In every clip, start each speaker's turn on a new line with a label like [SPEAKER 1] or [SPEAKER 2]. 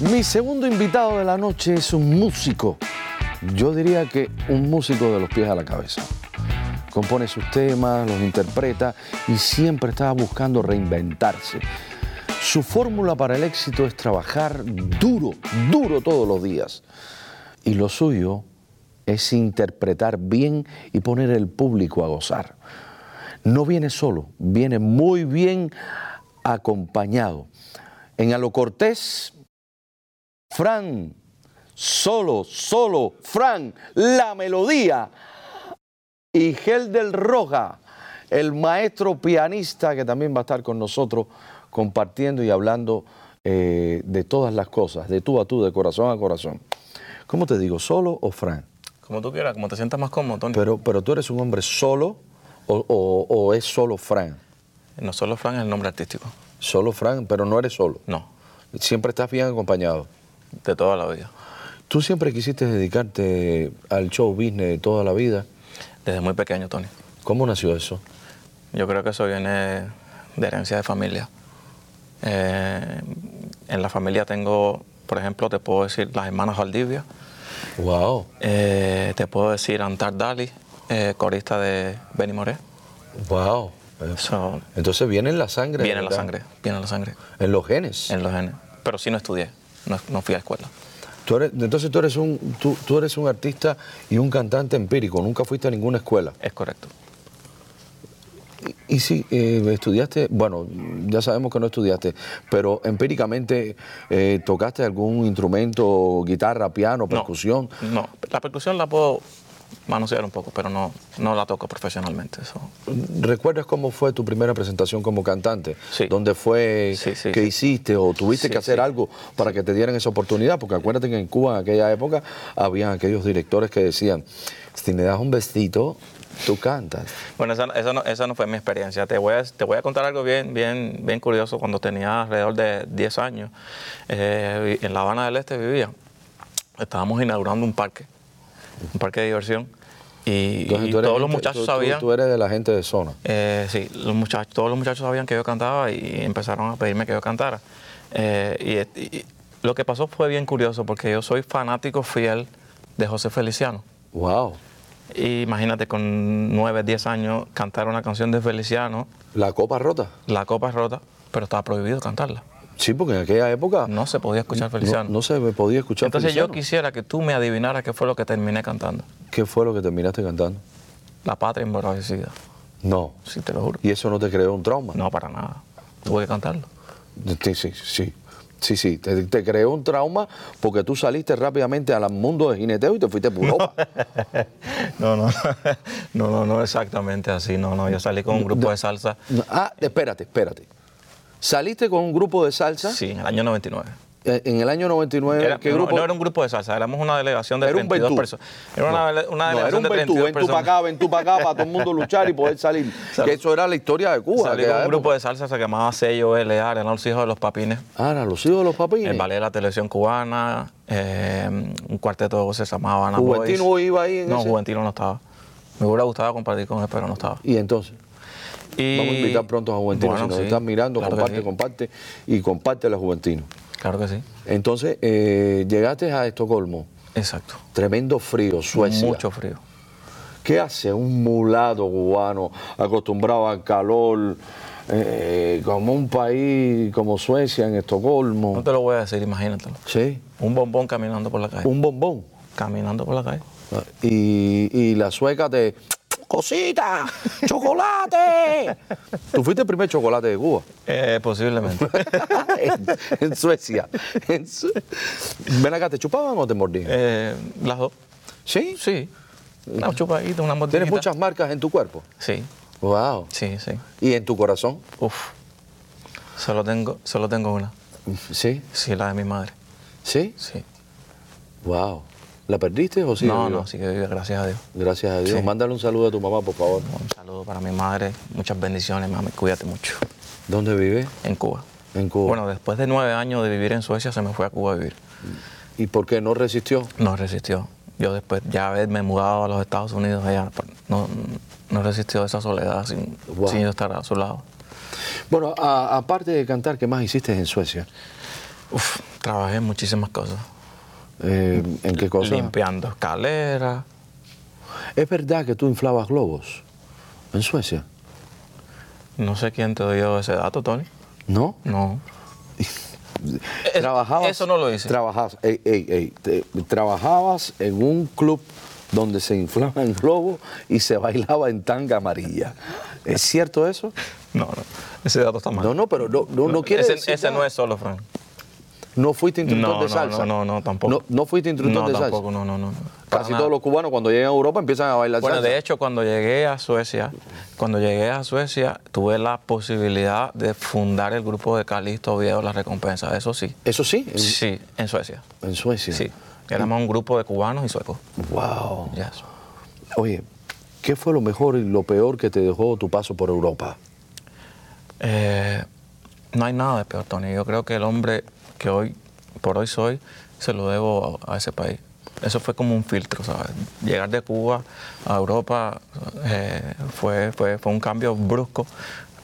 [SPEAKER 1] Mi segundo invitado de la noche es un músico. Yo diría que un músico de los pies a la cabeza. Compone sus temas, los interpreta y siempre está buscando reinventarse. Su fórmula para el éxito es trabajar duro, duro todos los días. Y lo suyo es interpretar bien y poner el público a gozar. No viene solo, viene muy bien acompañado. En Alo Cortés, Fran, solo, solo, Fran, la melodía. Y Gelder Roja, el maestro pianista que también va a estar con nosotros compartiendo y hablando eh, de todas las cosas, de tú a tú, de corazón a corazón. ¿Cómo te digo, solo o Fran?
[SPEAKER 2] Como tú quieras, como te sientas más cómodo, Tony.
[SPEAKER 1] Pero, pero tú eres un hombre solo o, o- o es solo Fran.
[SPEAKER 2] No solo Fran es el nombre artístico.
[SPEAKER 1] Solo Fran, pero no eres solo.
[SPEAKER 2] No,
[SPEAKER 1] Siempre estás bien acompañado.
[SPEAKER 2] de toda la vida.
[SPEAKER 1] Tú siempre quisiste dedicarte al show business de toda la vida.
[SPEAKER 2] Desde muy pequeño, Tony.
[SPEAKER 1] ¿Cómo nació eso?
[SPEAKER 2] Yo creo que eso viene de herencia de familia. Eh, en la familia tengo, por ejemplo, te puedo decir las hermanas Valdivia,
[SPEAKER 1] Wow,
[SPEAKER 2] eh, te puedo decir Antar Dali, eh, corista de Benny Moré.
[SPEAKER 1] wow.
[SPEAKER 2] Eso
[SPEAKER 1] Entonces viene en la sangre.
[SPEAKER 2] viene en la
[SPEAKER 1] ¿verdad?
[SPEAKER 2] sangre, viene en la sangre,
[SPEAKER 1] En los genes.
[SPEAKER 2] en los genes. Pero sí no estudié, no, no fui a escuela.
[SPEAKER 1] Tú eres- entonces tú eres, un, tú, tú eres un artista y un cantante empírico. Nunca fuiste a ninguna escuela.
[SPEAKER 2] Es correcto.
[SPEAKER 1] Y sí, eh, estudiaste, bueno, ya sabemos que no estudiaste, pero empíricamente eh, tocaste algún instrumento, guitarra, piano,
[SPEAKER 2] No,
[SPEAKER 1] percusión.
[SPEAKER 2] No, la percusión la puedo manosear un poco, pero no, no la toco profesionalmente. Eso.
[SPEAKER 1] ¿Recuerdas cómo fue tu primera presentación como cantante?
[SPEAKER 2] Sí.
[SPEAKER 1] ¿Dónde fue?
[SPEAKER 2] Sí, sí,
[SPEAKER 1] ¿Qué
[SPEAKER 2] sí.
[SPEAKER 1] hiciste? ¿O tuviste
[SPEAKER 2] Sí,
[SPEAKER 1] que hacer
[SPEAKER 2] sí.
[SPEAKER 1] algo para que te dieran esa oportunidad? Porque acuérdate que en Cuba en aquella época había aquellos directores que decían, si me das un vestido, tú cantas.
[SPEAKER 2] Bueno, esa, esa no, esa no fue mi experiencia. Te voy a, te voy a contar algo bien, bien, bien curioso. Cuando tenía alrededor de 10 años, eh, vi- en La Habana del Este vivía. Estábamos inaugurando un parque, un parque de diversión. Y,
[SPEAKER 1] Entonces,
[SPEAKER 2] y
[SPEAKER 1] tú eres
[SPEAKER 2] todos los
[SPEAKER 1] gente-
[SPEAKER 2] muchachos
[SPEAKER 1] tú- tú-
[SPEAKER 2] sabían...
[SPEAKER 1] tú eres de la gente de zona.
[SPEAKER 2] Eh, sí, los muchachos, todos los muchachos sabían que yo cantaba y empezaron a pedirme que yo cantara. Eh, y, y- y lo que pasó fue bien curioso porque yo soy fanático fiel de José Feliciano.
[SPEAKER 1] ¡Wow!
[SPEAKER 2] Y imagínate con 9, 10 años cantar una canción de Feliciano,
[SPEAKER 1] La copa rota.
[SPEAKER 2] La Copa es Rota, pero estaba prohibido cantarla.
[SPEAKER 1] Sí, porque en aquella época no,
[SPEAKER 2] No se podía escuchar Feliciano.
[SPEAKER 1] no se podía escuchar.
[SPEAKER 2] Entonces yo
[SPEAKER 1] Feliciano.
[SPEAKER 2] quisiera que tú me adivinaras qué fue lo que terminé cantando.
[SPEAKER 1] ¿Qué fue lo que terminaste cantando?
[SPEAKER 2] La patria embarazada,
[SPEAKER 1] No.
[SPEAKER 2] sí te lo juro.
[SPEAKER 1] ¿Y eso no te creó un trauma?
[SPEAKER 2] No, para nada. Tuve que cantarlo.
[SPEAKER 1] Sí, sí, sí. Sí, sí, te, te creó un trauma porque tú saliste rápidamente al mundo de jineteo y te fuiste por Europa.
[SPEAKER 2] No, no, no, no, no exactamente así, no, no, yo salí con un grupo de salsa,
[SPEAKER 1] Ah, espérate, espérate. Saliste con un grupo de salsa
[SPEAKER 2] sí, en el año 99.
[SPEAKER 1] eh, en el año 99.
[SPEAKER 2] Era-
[SPEAKER 1] ¿Qué
[SPEAKER 2] no,
[SPEAKER 1] grupo?
[SPEAKER 2] no era un grupo de salsa, éramos una delegación de
[SPEAKER 1] Era un
[SPEAKER 2] 32
[SPEAKER 1] Ventú.
[SPEAKER 2] personas. Era una, dele- una
[SPEAKER 1] No, era un
[SPEAKER 2] delegación
[SPEAKER 1] Ventú,
[SPEAKER 2] de
[SPEAKER 1] ven
[SPEAKER 2] 32
[SPEAKER 1] tú para
[SPEAKER 2] personas.
[SPEAKER 1] acá, ven tú para acá, para todo el mundo luchar y poder salir.
[SPEAKER 2] Sal-
[SPEAKER 1] que eso era la historia de Cuba.
[SPEAKER 2] Salí con un grupo de salsa que se llamaba Sello LA, eran los hijos de los papines,
[SPEAKER 1] Ahora, los hijos de los papines.
[SPEAKER 2] el ballet de la televisión cubana, eh, un cuarteto de voces se llamaba Ana
[SPEAKER 1] ¿Juventino
[SPEAKER 2] Boys.
[SPEAKER 1] iba ahí en
[SPEAKER 2] No,
[SPEAKER 1] ese?
[SPEAKER 2] Juventino no estaba. Me hubiera gustado compartir con él, pero no estaba.
[SPEAKER 1] Y entonces.
[SPEAKER 2] Y-
[SPEAKER 1] Vamos a invitar pronto a Juventino.
[SPEAKER 2] Bueno,
[SPEAKER 1] si nos
[SPEAKER 2] sí,
[SPEAKER 1] estás mirando,
[SPEAKER 2] claro que
[SPEAKER 1] comparte, comparte
[SPEAKER 2] sí,
[SPEAKER 1] y comparte a los Juventinos.
[SPEAKER 2] Claro que sí,
[SPEAKER 1] Entonces, eh, llegaste a Estocolmo.
[SPEAKER 2] exacto.
[SPEAKER 1] Tremendo frío, Suecia.
[SPEAKER 2] Mucho frío.
[SPEAKER 1] ¿Qué hace un mulato cubano acostumbrado al calor, eh, como un país como Suecia, en
[SPEAKER 2] No
[SPEAKER 1] Estocolmo?
[SPEAKER 2] te lo voy a decir, imagínatelo.
[SPEAKER 1] Sí,
[SPEAKER 2] Un bombón caminando por la calle.
[SPEAKER 1] un bombón.
[SPEAKER 2] Caminando por la calle.
[SPEAKER 1] Y, y la sueca te... ¡Cosita! ¡Chocolate! Tú fuiste el primer chocolate de Cuba.
[SPEAKER 2] Eh, posiblemente.
[SPEAKER 1] en, en Suecia. En Sue- Ven acá, ¿te chupaban o te mordían?
[SPEAKER 2] Eh, las dos.
[SPEAKER 1] ¿Sí?
[SPEAKER 2] Sí. Una chupadita, una mordida.
[SPEAKER 1] ¿Tienes muchas marcas en tu cuerpo?
[SPEAKER 2] Sí,
[SPEAKER 1] ¡Wow!
[SPEAKER 2] sí, sí.
[SPEAKER 1] ¿Y en tu corazón?
[SPEAKER 2] Uf. Solo tengo, solo tengo una.
[SPEAKER 1] ¿Sí?
[SPEAKER 2] Sí, la de mi madre.
[SPEAKER 1] ¿Sí?
[SPEAKER 2] Sí.
[SPEAKER 1] Wow. ¿La perdiste o sí?
[SPEAKER 2] no, no, sí que vive, gracias a Dios.
[SPEAKER 1] Gracias a Dios.
[SPEAKER 2] Sí.
[SPEAKER 1] Mándale un saludo a tu mamá, por favor.
[SPEAKER 2] Un saludo para mi madre. Muchas bendiciones, mami. Cuídate mucho.
[SPEAKER 1] ¿Dónde vive?
[SPEAKER 2] En Cuba.
[SPEAKER 1] En Cuba.
[SPEAKER 2] Bueno, después de nueve años de vivir en Suecia, se me fue a Cuba a vivir.
[SPEAKER 1] ¿Y por qué no resistió?
[SPEAKER 2] No resistió. Yo después, ya haberme mudado a los Estados Unidos, ella no, no resistió esa soledad sin,
[SPEAKER 1] Wow.
[SPEAKER 2] sin yo estar a su lado.
[SPEAKER 1] Bueno, a- aparte de cantar, ¿qué más hiciste en Suecia?
[SPEAKER 2] Uf, trabajé en muchísimas cosas.
[SPEAKER 1] Eh, ¿En qué cosa?
[SPEAKER 2] Limpiando escaleras.
[SPEAKER 1] ¿Es verdad que tú inflabas globos en Suecia?
[SPEAKER 2] No sé quién te dio ese dato, Tony.
[SPEAKER 1] ¿No?
[SPEAKER 2] No.
[SPEAKER 1] Eh,
[SPEAKER 2] Es-
[SPEAKER 1] trabajabas,
[SPEAKER 2] eso no lo hice.
[SPEAKER 1] Trabajabas, ey, ey, ey, te- trabajabas en un club donde se inflaban globos y se bailaba en tanga amarilla. ¿Es cierto eso?
[SPEAKER 2] No, no. Ese dato está mal.
[SPEAKER 1] No, no, pero no, no, no quiere
[SPEAKER 2] ese,
[SPEAKER 1] decir
[SPEAKER 2] ese
[SPEAKER 1] nada.
[SPEAKER 2] no es solo, Frank.
[SPEAKER 1] ¿No fuiste instructor
[SPEAKER 2] No,
[SPEAKER 1] de
[SPEAKER 2] no,
[SPEAKER 1] salsa.
[SPEAKER 2] no, no, no, tampoco.
[SPEAKER 1] No, no fuiste instructor
[SPEAKER 2] no,
[SPEAKER 1] de salsa.
[SPEAKER 2] tampoco, no, no, no. Para
[SPEAKER 1] Casi
[SPEAKER 2] nada.
[SPEAKER 1] todos los cubanos cuando llegan a Europa empiezan a bailar
[SPEAKER 2] Bueno,
[SPEAKER 1] salsa.
[SPEAKER 2] de hecho, cuando llegué a Suecia, cuando llegué a Suecia, tuve la posibilidad de fundar el grupo de Calixto Viejo La Recompensa, eso sí.
[SPEAKER 1] Eso sí, en,
[SPEAKER 2] Sí, en Suecia.
[SPEAKER 1] en Suecia.
[SPEAKER 2] Sí. Éramos un grupo de cubanos y suecos.
[SPEAKER 1] Wow.
[SPEAKER 2] Yes.
[SPEAKER 1] Oye, ¿qué fue lo mejor y lo peor que te dejó tu paso por Europa?
[SPEAKER 2] Eh, no hay nada de peor, Tony. Yo creo que el hombre que hoy, por hoy soy, se lo debo a, a ese país. Eso fue como un filtro, ¿sabes? Llegar de Cuba a Europa eh, fue, fue, fue un cambio brusco,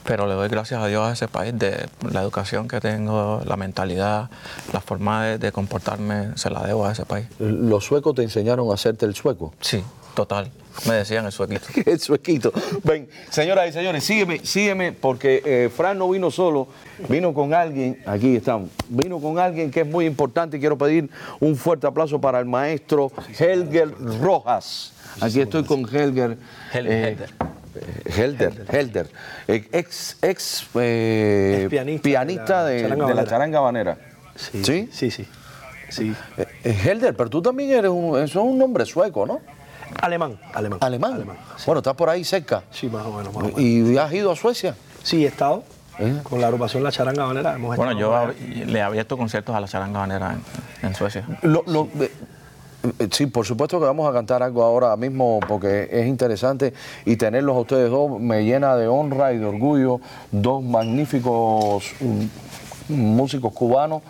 [SPEAKER 2] pero le doy gracias a Dios a ese país de la educación que tengo, la mentalidad, la forma de, de comportarme, se la debo a ese país.
[SPEAKER 1] Los suecos te enseñaron a hacerte el sueco.
[SPEAKER 2] Sí, total. Me decían el suequito.
[SPEAKER 1] El suequito. Ven, señoras y señores, sígueme, sígueme, porque eh, Fran no vino solo, vino con alguien, aquí estamos, vino con alguien que es muy importante y quiero pedir un fuerte aplauso para el maestro Helger Rojas. Aquí estoy con Helger.
[SPEAKER 2] Hel-
[SPEAKER 1] eh,
[SPEAKER 2] Helder.
[SPEAKER 1] eh, Helder, Helder, eh, ex, ex, eh,
[SPEAKER 3] Ex pianista
[SPEAKER 1] pianista de, de
[SPEAKER 3] de la charanga
[SPEAKER 1] la
[SPEAKER 3] habanera.
[SPEAKER 1] charanga habanera. ¿Sí?
[SPEAKER 3] Sí, sí. sí.
[SPEAKER 1] Eh, eh, Helder, pero tú también eres un, eso es un nombre sueco, ¿no?
[SPEAKER 3] Alemán, alemán.
[SPEAKER 1] Alemán. Bueno, estás por ahí cerca.
[SPEAKER 3] Sí, más o menos, más o menos.
[SPEAKER 1] ¿Y ¿Eh? has ido a Suecia?
[SPEAKER 3] Sí, he estado con la agrupación La Charanga Valera. Hemos
[SPEAKER 2] Bueno,
[SPEAKER 3] estado
[SPEAKER 2] yo
[SPEAKER 3] por
[SPEAKER 2] abri-
[SPEAKER 3] allá.
[SPEAKER 2] le he abierto conciertos a la charanga banera en, en Suecia.
[SPEAKER 1] Lo- lo- eh, eh, sí, por supuesto que vamos a cantar algo ahora mismo porque es interesante y tenerlos a ustedes dos me llena de honra y de orgullo, dos magníficos mm, músicos cubanos.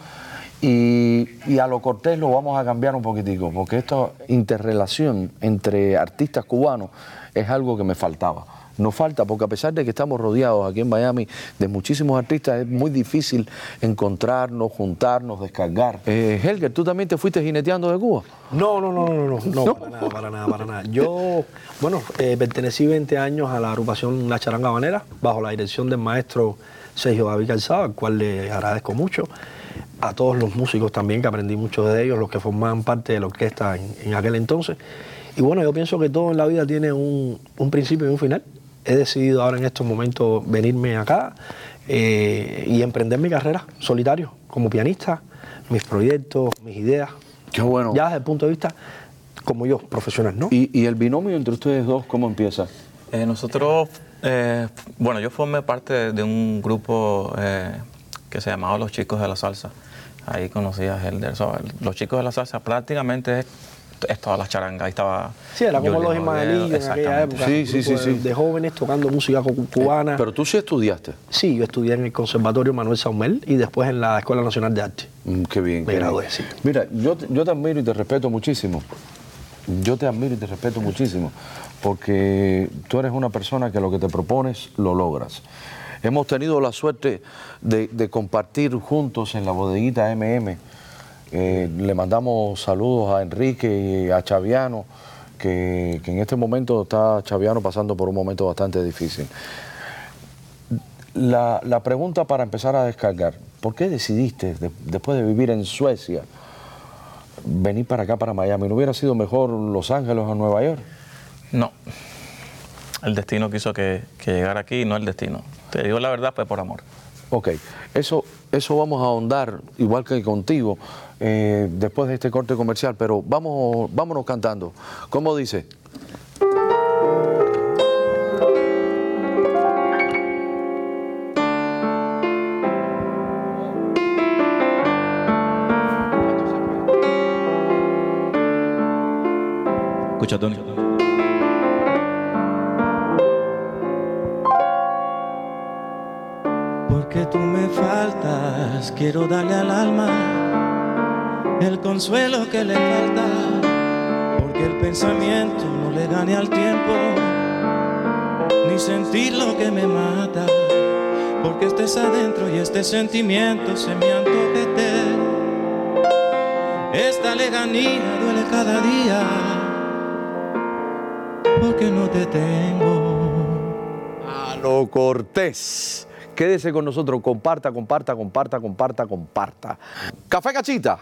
[SPEAKER 1] Y, y a lo cortés lo vamos a cambiar un poquitico, porque esta interrelación entre artistas cubanos es algo que me faltaba. Nos falta, porque a pesar de que estamos rodeados aquí en Miami de muchísimos artistas, es muy difícil encontrarnos, juntarnos, descargar. Eh, Helger, tú también te fuiste jineteando de Cuba.
[SPEAKER 3] No, no, no, no, no, no, para nada, para nada, para nada. Yo, bueno, eh, pertenecí 20 años a la agrupación La Charanga Habanera, bajo la dirección del maestro Sergio David Calzado, al cual le agradezco mucho. A todos los músicos también, que aprendí mucho de ellos, los que formaban parte de la orquesta en, en aquel entonces. Y bueno, yo pienso que todo en la vida tiene un, un principio y un final. He decidido ahora en estos momentos venirme acá eh, y emprender mi carrera solitario, como pianista, mis proyectos, mis ideas.
[SPEAKER 1] Qué bueno.
[SPEAKER 3] Ya desde el punto de vista, como yo, profesional, ¿no?
[SPEAKER 1] ¿Y, y el binomio entre ustedes dos cómo empieza?
[SPEAKER 2] Eh, nosotros, eh, bueno, yo formé parte de, de un grupo eh, que se llamaba Los Chicos de la Salsa. Ahí conocí a Helder. So, los Chicos de la Salsa prácticamente es, es toda la charanga. Ahí estaba.
[SPEAKER 3] sí, era como
[SPEAKER 2] Jordi
[SPEAKER 3] los
[SPEAKER 2] Moreno,
[SPEAKER 3] ismaelíes en aquella
[SPEAKER 2] exactamente.
[SPEAKER 3] época.
[SPEAKER 1] Sí,
[SPEAKER 3] un
[SPEAKER 1] sí,
[SPEAKER 3] grupo
[SPEAKER 1] sí,
[SPEAKER 3] de-
[SPEAKER 1] sí. Eh,
[SPEAKER 3] De jóvenes tocando música cu- cubana.
[SPEAKER 1] Pero tú sí estudiaste.
[SPEAKER 3] sí, yo estudié en el Conservatorio Manuel Saumel y después en la Escuela Nacional de Arte.
[SPEAKER 1] Mm, qué bien.
[SPEAKER 3] Me
[SPEAKER 1] qué
[SPEAKER 3] gradué,
[SPEAKER 1] bien.
[SPEAKER 3] sí.
[SPEAKER 1] Mira, yo, te- yo te admiro y te respeto muchísimo. Yo te admiro y te respeto muchísimo, porque tú eres una persona que lo que te propones lo logras. Hemos tenido la suerte de, de compartir juntos en la bodeguita MM. Eh, le mandamos saludos a Enrique y a Chaviano, que, que en este momento está Chaviano pasando por un momento bastante difícil. La, la pregunta para empezar a descargar, ¿por qué decidiste, de- después de vivir en Suecia, venir para acá, para Miami? ¿No hubiera sido mejor Los Ángeles o Nueva York?
[SPEAKER 2] No. El destino quiso que, que llegara aquí, no el destino. Te digo la verdad, pues por amor.
[SPEAKER 1] Ok, eso, eso vamos a ahondar, igual que contigo, eh, después de este corte comercial, pero vamos, vámonos cantando. ¿Cómo dice?
[SPEAKER 2] Escucha, Tony.
[SPEAKER 4] Porque tú me faltas, quiero darle al alma el consuelo que le falta. Porque el pensamiento no le gane al tiempo, ni sentir lo que me mata. Porque estés adentro y este sentimiento se me antojete Esta lejanía duele cada día porque no te tengo.
[SPEAKER 1] A lo cortés. Quédese con nosotros, comparta, comparta, comparta, comparta, comparta. Café Cachita,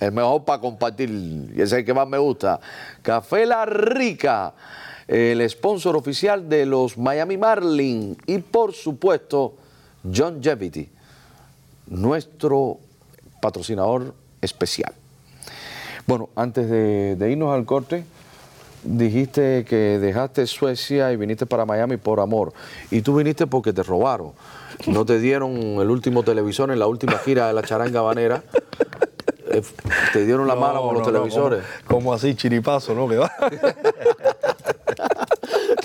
[SPEAKER 1] el mejor para compartir, y ese es el que más me gusta. Café La Rica, el sponsor oficial de los Miami Marlin y por supuesto John Jevity, nuestro patrocinador especial. Bueno, antes de, de irnos al corte, dijiste que dejaste Suecia y viniste para Miami por amor. Y tú viniste porque te robaron. No te dieron el último televisor en la última gira de la charanga banera. Eh, Te dieron la mano con los televisores.
[SPEAKER 3] como, así, chiripazo, ¿no? Que va.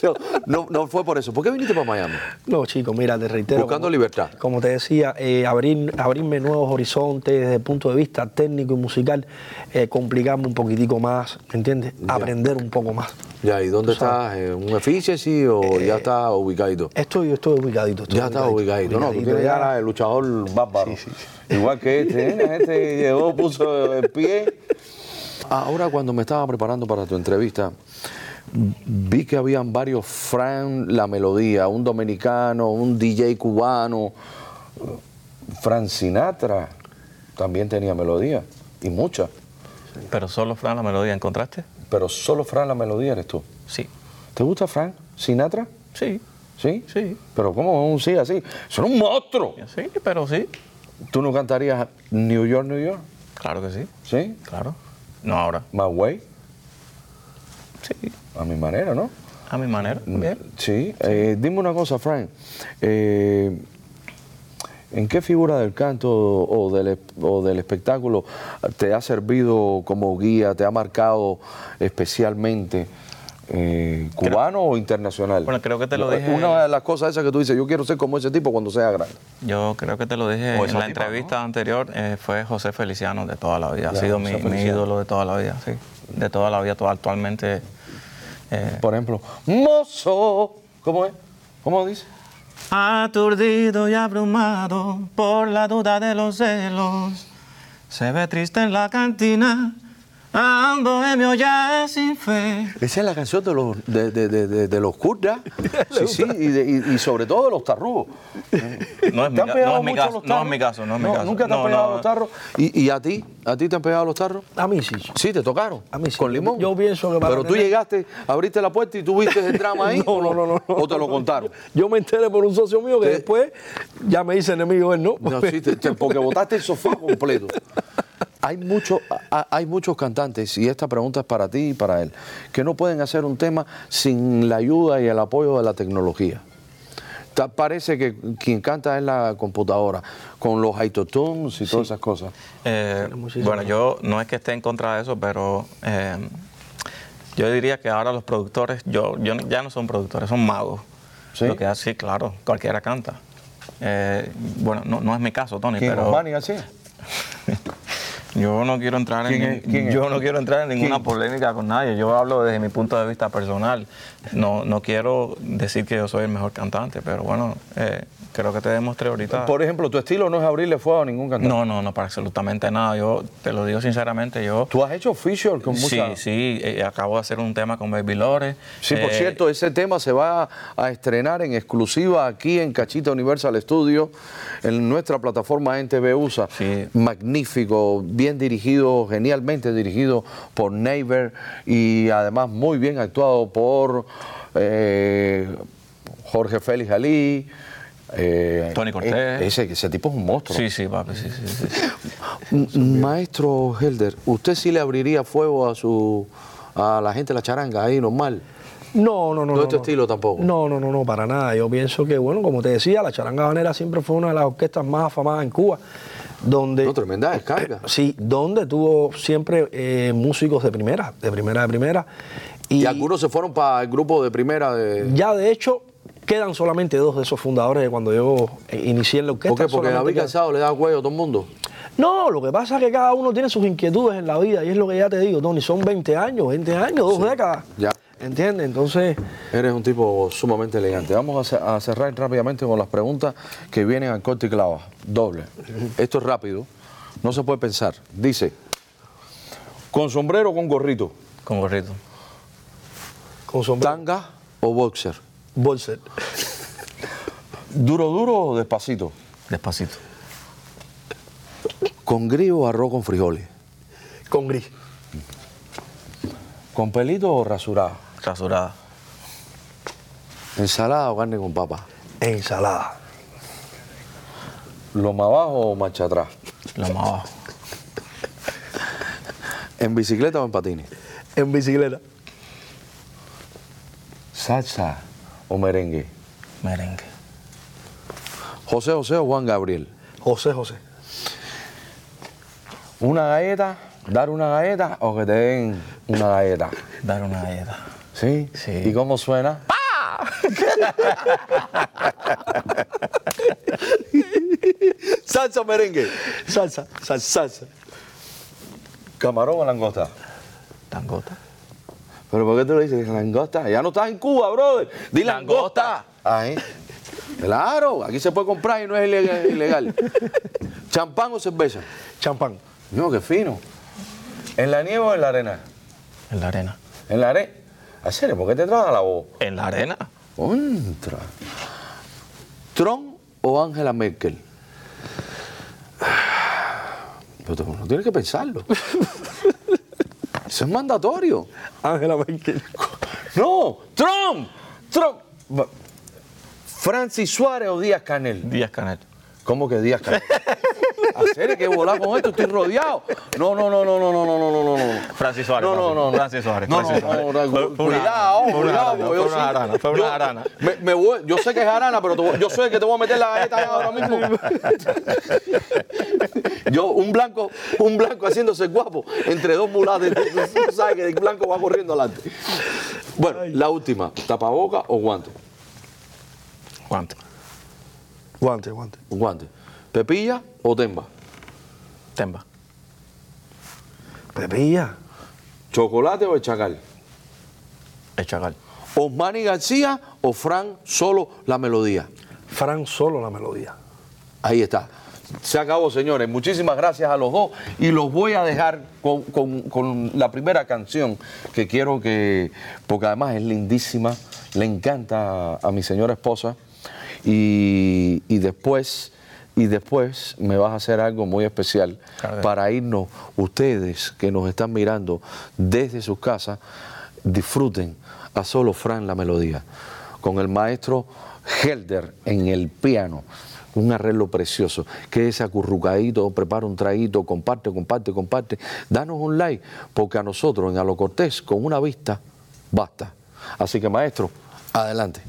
[SPEAKER 1] No, no, no fue por eso. ¿Por qué viniste para Miami?
[SPEAKER 3] No, chico, mira, te reitero.
[SPEAKER 1] Buscando libertad.
[SPEAKER 3] Como te decía, eh, abrir, abrirme nuevos horizontes desde el punto de vista técnico y musical, eh, complicarme un poquitico más, ¿me entiendes? Aprender un poco más.
[SPEAKER 1] Ya, ¿y dónde
[SPEAKER 3] Tú sabes.
[SPEAKER 1] estás? ¿En ¿Un efficiency o ya estás ubicadito?
[SPEAKER 3] Estoy, estoy ubicadito. Estoy
[SPEAKER 1] Ya estás ubicadito. No, tú tienes
[SPEAKER 3] ya.
[SPEAKER 1] cara de luchador bárbaro. Igual que este, ¿eh? este llegó, puso el pie. Ahora cuando me estaba preparando para tu entrevista, vi que habían varios Fran La Melodía, un dominicano, un DJ cubano. Fran Sinatra también tenía melodía, y muchas.
[SPEAKER 2] Pero solo Fran la melodía, ¿encontraste?
[SPEAKER 1] Pero solo Fran La Melodía eres tú.
[SPEAKER 2] Sí.
[SPEAKER 1] ¿Te gusta Fran Sinatra?
[SPEAKER 2] Sí.
[SPEAKER 1] ¿Sí?
[SPEAKER 2] Sí.
[SPEAKER 1] Pero ¿cómo es un sí así? ¡Son un monstruo!
[SPEAKER 2] Sí, pero sí.
[SPEAKER 1] ¿Tú no cantarías New York, New York?
[SPEAKER 2] Claro que sí.
[SPEAKER 1] ¿Sí?
[SPEAKER 2] Claro. No ahora.
[SPEAKER 1] My Way,
[SPEAKER 2] Sí.
[SPEAKER 1] a mi manera, ¿no?
[SPEAKER 2] A mi manera. Bien.
[SPEAKER 1] Sí. Eh, dime una cosa, Frank. Eh, ¿En qué figura del canto o del, es- o del espectáculo te ha servido como guía, te ha marcado especialmente? eh, ¿Cubano o internacional?
[SPEAKER 2] Bueno, creo que te lo dije-
[SPEAKER 1] Una de las cosas esas que tú dices, yo quiero ser como ese tipo cuando sea grande.
[SPEAKER 2] Yo creo que te lo dije
[SPEAKER 1] O
[SPEAKER 2] en
[SPEAKER 1] esa
[SPEAKER 2] la
[SPEAKER 1] tipa,
[SPEAKER 2] entrevista anterior, eh, fue José Feliciano de toda la vida.
[SPEAKER 1] Ya,
[SPEAKER 2] ha sido mi,
[SPEAKER 1] José
[SPEAKER 2] mi
[SPEAKER 1] Feliciano.
[SPEAKER 2] ídolo de toda la vida, sí. De toda la vida, to- actualmente. eh,
[SPEAKER 1] Por ejemplo, mozo. ¿Cómo es? ¿Cómo dice?
[SPEAKER 4] Aturdido y abrumado por la duda de los celos, se ve triste en la cantina, a un bohemio ya sin fe.
[SPEAKER 1] Esa es la canción de los, de, de- de- de- de los kurdas. Sí, sí, y, de- y- y sobre todo de los tarrubos.
[SPEAKER 2] no es mi,
[SPEAKER 1] ¿Te han
[SPEAKER 2] ca-
[SPEAKER 1] pegado
[SPEAKER 2] no es mi
[SPEAKER 1] mucho
[SPEAKER 2] caso,
[SPEAKER 1] los
[SPEAKER 2] no es
[SPEAKER 1] tarros?
[SPEAKER 2] mi caso, no es mi caso.
[SPEAKER 1] Nunca te han
[SPEAKER 2] No,
[SPEAKER 1] pegado
[SPEAKER 2] no,
[SPEAKER 1] los tarros. ¿Y, y a ti? ¿A ti te han pegado los tarros?
[SPEAKER 3] A mí sí. chico.
[SPEAKER 1] Sí, te tocaron.
[SPEAKER 3] A mí sí.
[SPEAKER 1] Con limón.
[SPEAKER 3] Yo pienso que para
[SPEAKER 1] Pero tú
[SPEAKER 3] tener-
[SPEAKER 1] llegaste, abriste la puerta y tú viste el drama ahí.
[SPEAKER 3] No, no, no, no, no.
[SPEAKER 1] ¿O te lo contaron?
[SPEAKER 3] Yo me enteré por un socio mío que
[SPEAKER 1] Te-
[SPEAKER 3] después ya me hice enemigo él, ¿no? Pues,
[SPEAKER 1] No, sí, te- te- porque botaste el sofá completo. Hay, mucho, a- hay muchos cantantes, y esta pregunta es para ti y para él, que no pueden hacer un tema sin la ayuda y el apoyo de la tecnología. Ta- Parece que quien canta es la computadora, con los autotunes y todas esas cosas.
[SPEAKER 2] Eh,
[SPEAKER 3] muchísimo.
[SPEAKER 2] bueno, yo no es que esté en contra de eso, pero eh, yo diría que ahora los productores, yo, yo no- ya no son productores, son magos.
[SPEAKER 1] ¿Sí?
[SPEAKER 2] Lo que así, claro, cualquiera canta. Eh, bueno, no, no es mi caso, Tony,
[SPEAKER 1] ¿Quién
[SPEAKER 2] pero
[SPEAKER 1] Osmani así?
[SPEAKER 2] yo no quiero entrar
[SPEAKER 1] ¿Quién
[SPEAKER 2] en
[SPEAKER 1] es? ¿Quién es?
[SPEAKER 2] yo no quiero entrar en ninguna polémica con nadie. Yo hablo desde mi punto de vista personal. No, no quiero decir que yo soy el mejor cantante, pero bueno, eh, creo que te demostré ahorita.
[SPEAKER 1] Por ejemplo, tu estilo no es abrirle fuego a ningún cantante.
[SPEAKER 2] no, no, no para absolutamente nada. Yo te lo digo sinceramente, yo
[SPEAKER 1] Tú has hecho official con mucha...
[SPEAKER 2] Sí, sí, eh, acabo de hacer un tema con Baby Lore.
[SPEAKER 1] Sí, por
[SPEAKER 2] Eh,
[SPEAKER 1] cierto, ese tema se va a estrenar en exclusiva aquí en Cachita Universal Studio, en nuestra plataforma NTV USA.
[SPEAKER 2] Sí.
[SPEAKER 1] Magnífico, bien dirigido, genialmente dirigido por Neighbor y además muy bien actuado por eh, Jorge Félix Ali. eh,
[SPEAKER 2] Tony Cortés.
[SPEAKER 1] e- Ese, ese tipo es un monstruo.
[SPEAKER 2] Sí, sí, papi, sí, sí, sí.
[SPEAKER 1] M- Maestro Helder, ¿usted sí le abriría fuego a su a la gente de la charanga ahí normal?
[SPEAKER 3] No, no, no.
[SPEAKER 1] No es tu estilo tampoco.
[SPEAKER 3] No, no, no, no, para nada. Yo pienso que, bueno, como te decía, la charanga banera siempre fue una de las orquestas más afamadas en Cuba, donde,
[SPEAKER 1] No, tremenda descarga.
[SPEAKER 3] sí, donde tuvo siempre eh, músicos de primera, de primera, de primera. Y,
[SPEAKER 1] Y algunos se fueron para el grupo de primera de.
[SPEAKER 3] ya de hecho quedan solamente dos de esos fundadores de cuando yo eh, inicié en la orquesta.
[SPEAKER 1] ¿Por qué? Porque
[SPEAKER 3] solamente
[SPEAKER 1] David
[SPEAKER 3] quedan-
[SPEAKER 1] Cansado le da cuello a todo el mundo.
[SPEAKER 3] No, lo que pasa es que cada uno tiene sus inquietudes en la vida y es lo que ya te digo, Tony, son 20 años, 20 años, dos décadas.
[SPEAKER 1] ya.
[SPEAKER 3] ¿Entiendes? Entonces,
[SPEAKER 1] Eres un tipo sumamente elegante. Vamos a, ce- a cerrar rápidamente con las preguntas que vienen al corte y clava. Doble. Esto es rápido. No se puede pensar. Dice, ¿Con sombrero o con gorrito?
[SPEAKER 2] Con gorrito.
[SPEAKER 3] Con sombrero.
[SPEAKER 1] ¿Tanga o boxer?
[SPEAKER 3] Bolser.
[SPEAKER 1] ¿Duro, duro o despacito?
[SPEAKER 2] Despacito.
[SPEAKER 1] ¿Con grillo o arroz con frijoles?
[SPEAKER 3] Con gris.
[SPEAKER 1] ¿Con pelito o rasurado?
[SPEAKER 2] Rasurada.
[SPEAKER 1] ¿Ensalada o carne con papa?
[SPEAKER 3] Ensalada.
[SPEAKER 1] ¿Loma abajo o marcha atrás?
[SPEAKER 2] Lo más abajo.
[SPEAKER 1] ¿En bicicleta o en patines?
[SPEAKER 3] En bicicleta.
[SPEAKER 1] ¿Salsa o merengue?
[SPEAKER 2] Merengue.
[SPEAKER 1] ¿José José o Juan Gabriel?
[SPEAKER 3] José José.
[SPEAKER 1] ¿Una galleta? ¿Dar una galleta o que te den una galleta?
[SPEAKER 2] Dar una galleta.
[SPEAKER 1] ¿Sí?
[SPEAKER 2] Sí.
[SPEAKER 1] ¿Y cómo suena?
[SPEAKER 3] Salsa merengue. Salsa, salsa, salsa.
[SPEAKER 1] ¿Camarón o langosta?
[SPEAKER 2] Tangota.
[SPEAKER 1] ¿Pero por qué tú le dices langosta? Ya no estás en Cuba, brother. Di langosta. Ahí. Claro, aquí se puede comprar y no es ilegal. ilegal. ¿Champán o cerveza?
[SPEAKER 3] Champán.
[SPEAKER 1] No, qué fino. ¿En la nieve o en la arena?
[SPEAKER 2] En la arena.
[SPEAKER 1] En la arena. serio? ¿Por qué te traba la voz?
[SPEAKER 2] En la arena.
[SPEAKER 1] Contra. ¿Tron o Angela Merkel? Pero tú no tienes que pensarlo. Eso es mandatorio.
[SPEAKER 3] Ángela Merkel.
[SPEAKER 1] No, Trump, Trump. Va- Francis Suárez o Díaz Canel.
[SPEAKER 2] Díaz Canel.
[SPEAKER 1] ¿Cómo que Díaz Canel? Hacer que volar con esto, estoy rodeado. No, no, no, no, no, no, no, no, no, no.
[SPEAKER 2] Francis Suárez.
[SPEAKER 1] No, no,
[SPEAKER 2] Francis.
[SPEAKER 1] no, no.
[SPEAKER 2] Francis Suárez.
[SPEAKER 1] No,
[SPEAKER 2] Francis
[SPEAKER 1] no, no,
[SPEAKER 2] Suárez.
[SPEAKER 1] no,
[SPEAKER 2] Fue-
[SPEAKER 1] cu-
[SPEAKER 2] fue una-
[SPEAKER 1] Cuidado,
[SPEAKER 2] fue una
[SPEAKER 1] cuidado.
[SPEAKER 2] arana,
[SPEAKER 1] porque yo
[SPEAKER 2] Fue una
[SPEAKER 1] sí-
[SPEAKER 2] arana. Fue
[SPEAKER 1] yo-
[SPEAKER 2] una arana.
[SPEAKER 1] Me, me voy, yo sé que es arana, pero te voy- yo sé que te voy a meter la galleta allá ahora mismo. Yo, un blanco, un blanco haciéndose guapo entre dos mulatas. Tú sabes que el blanco va corriendo adelante. Bueno, la última, tapaboca o guante.
[SPEAKER 2] ¿Cuánto?
[SPEAKER 3] Guante, guante.
[SPEAKER 1] Un guante. ¿Pepilla o temba?
[SPEAKER 2] Temba.
[SPEAKER 3] Pepilla.
[SPEAKER 1] ¿Chocolate o el chacal?
[SPEAKER 2] El chacal.
[SPEAKER 1] ¿Osmani García o Fran solo la melodía?
[SPEAKER 3] Fran solo la melodía.
[SPEAKER 1] Ahí está. Se acabó, señores. Muchísimas gracias a los dos. Y los voy a dejar con, con- con la primera canción que quiero que. Porque además es lindísima. Le encanta a mi señora esposa. Y, y después. Y después me vas a hacer algo muy especial
[SPEAKER 2] Claro que sí.
[SPEAKER 1] para irnos, ustedes que nos están mirando desde sus casas, disfruten a solo Fran la melodía, con el maestro Helder en el piano. Un arreglo precioso. Quédese acurrucadito, prepara un traguito, comparte, comparte, comparte. Danos un like, porque a nosotros en Alo Cortés, con una vista, basta. Así que, maestro, adelante.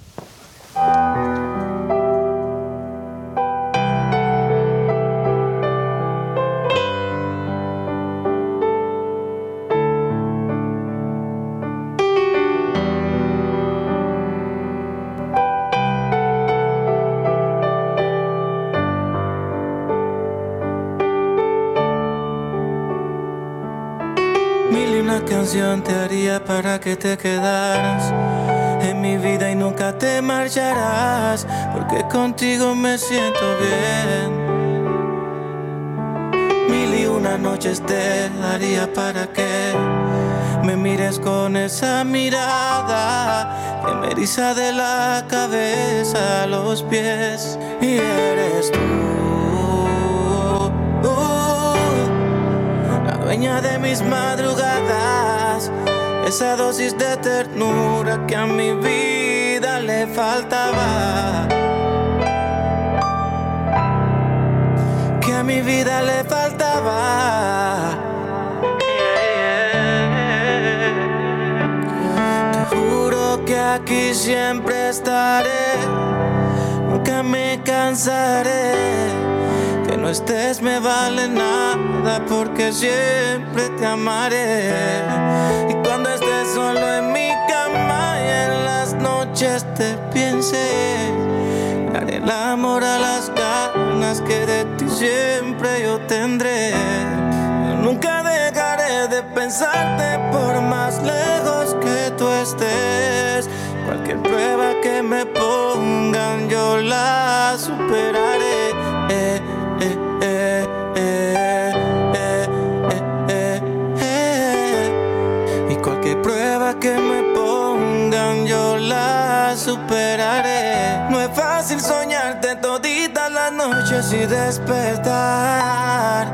[SPEAKER 4] Mil y una canción te haría para que te quedaras en mi vida y nunca te marcharás, porque contigo me siento bien. Mil y una noches te daría para que me mires con esa mirada que me eriza de la cabeza a los pies y eres tú. Oh, La dueña de mis madrugadas, esa dosis de ternura que a mi vida le faltaba. Que a mi vida le faltaba. Te juro que aquí siempre estaré nunca me cansaré. Que no estés me vale nada porque siempre te amaré. Y cuando estés solo en mi cama y en las noches te piense, le haré el amor a las ganas que de ti siempre yo tendré. Nunca dejaré de pensarte por más lejos que tú estés. Cualquier prueba que me pongan yo la superaré. Eh, eh, eh, eh, eh, eh, eh, eh. soñarte toditas las noches y despertar.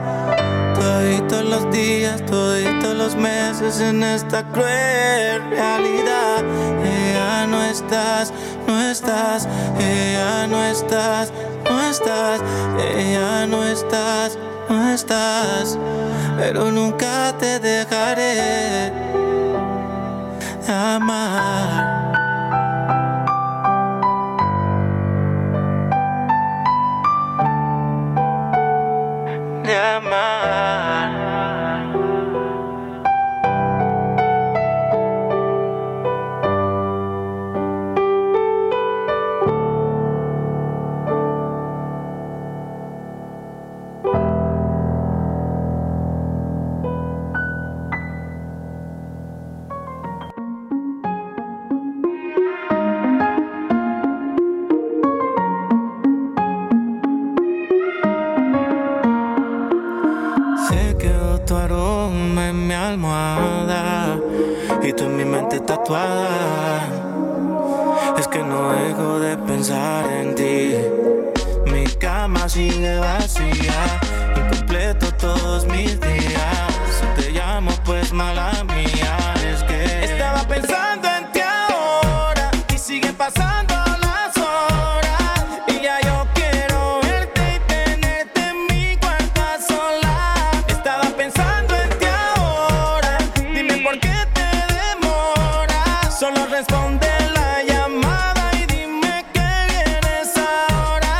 [SPEAKER 4] Toditos los días, toditos los meses en esta cruel realidad. Ella no estás, no estás, ella no estás, no estás, ella no estás, no estás. Pero nunca te dejaré de amar. de amar. Se quedó tu aroma en mi almohada y tú en mi mente tatuada. Es que no dejo de pensar en ti. Mi cama sigue vacía, incompleto todos mis días. Si te llamo, pues mala mía, es que estaba pensando en ti ahora y siguen pasando. las horas Y ya yo quiero verte y tenerte en mi cuarto a solas. Estaba pensando en ti ahora. Dime por qué te demoras. Solo responde la llamada y dime que vienes ahora.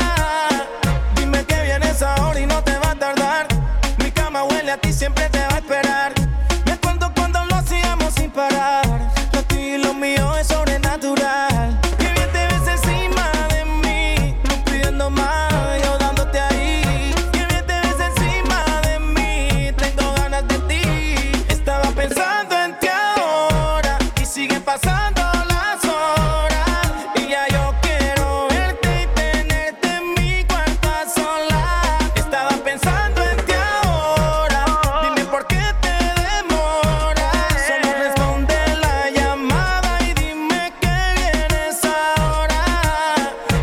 [SPEAKER 4] Dime que vienes ahora y no te va a tardar. Mi cama huele a ti, siempre te va a esperar. Me acuerdo cuando lo hacíamos sin parar. Lo tuyo y lo mío es sobrenatural. Que bien te ves encima de mí, no pidiendo más, yo dándote ahí. Que bien te ves encima de mí, tengo ganas de ti. Estaba pensando en ti ahora y siguen pasando las horas. Y ya yo quiero verte y tenerte en mi cuarto a solas. Estaba pensando en ti ahora, dime por qué te demoras. Solo responde la llamada y dime que vienes ahora.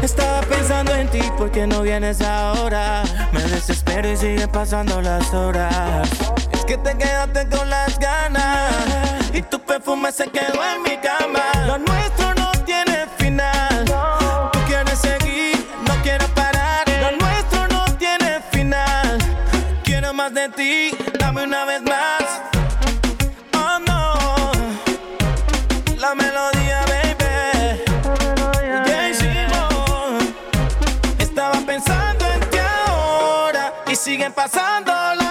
[SPEAKER 4] Estaba pensando en ti, ¿por qué no vienes ahora? Me desespero y siguen pasando las horas. Es que te quedaste con las ganas y tu perfume se quedó en mi cama. Lo nuestro no tiene final. Tú quieres seguir, no quieres parar. Lo nuestro no tiene final. Quiero más de ti, dame una vez más. Oh no. La melodía, baby. Ya hicimos. Estaba pensando en ti ahora y siguen pasando las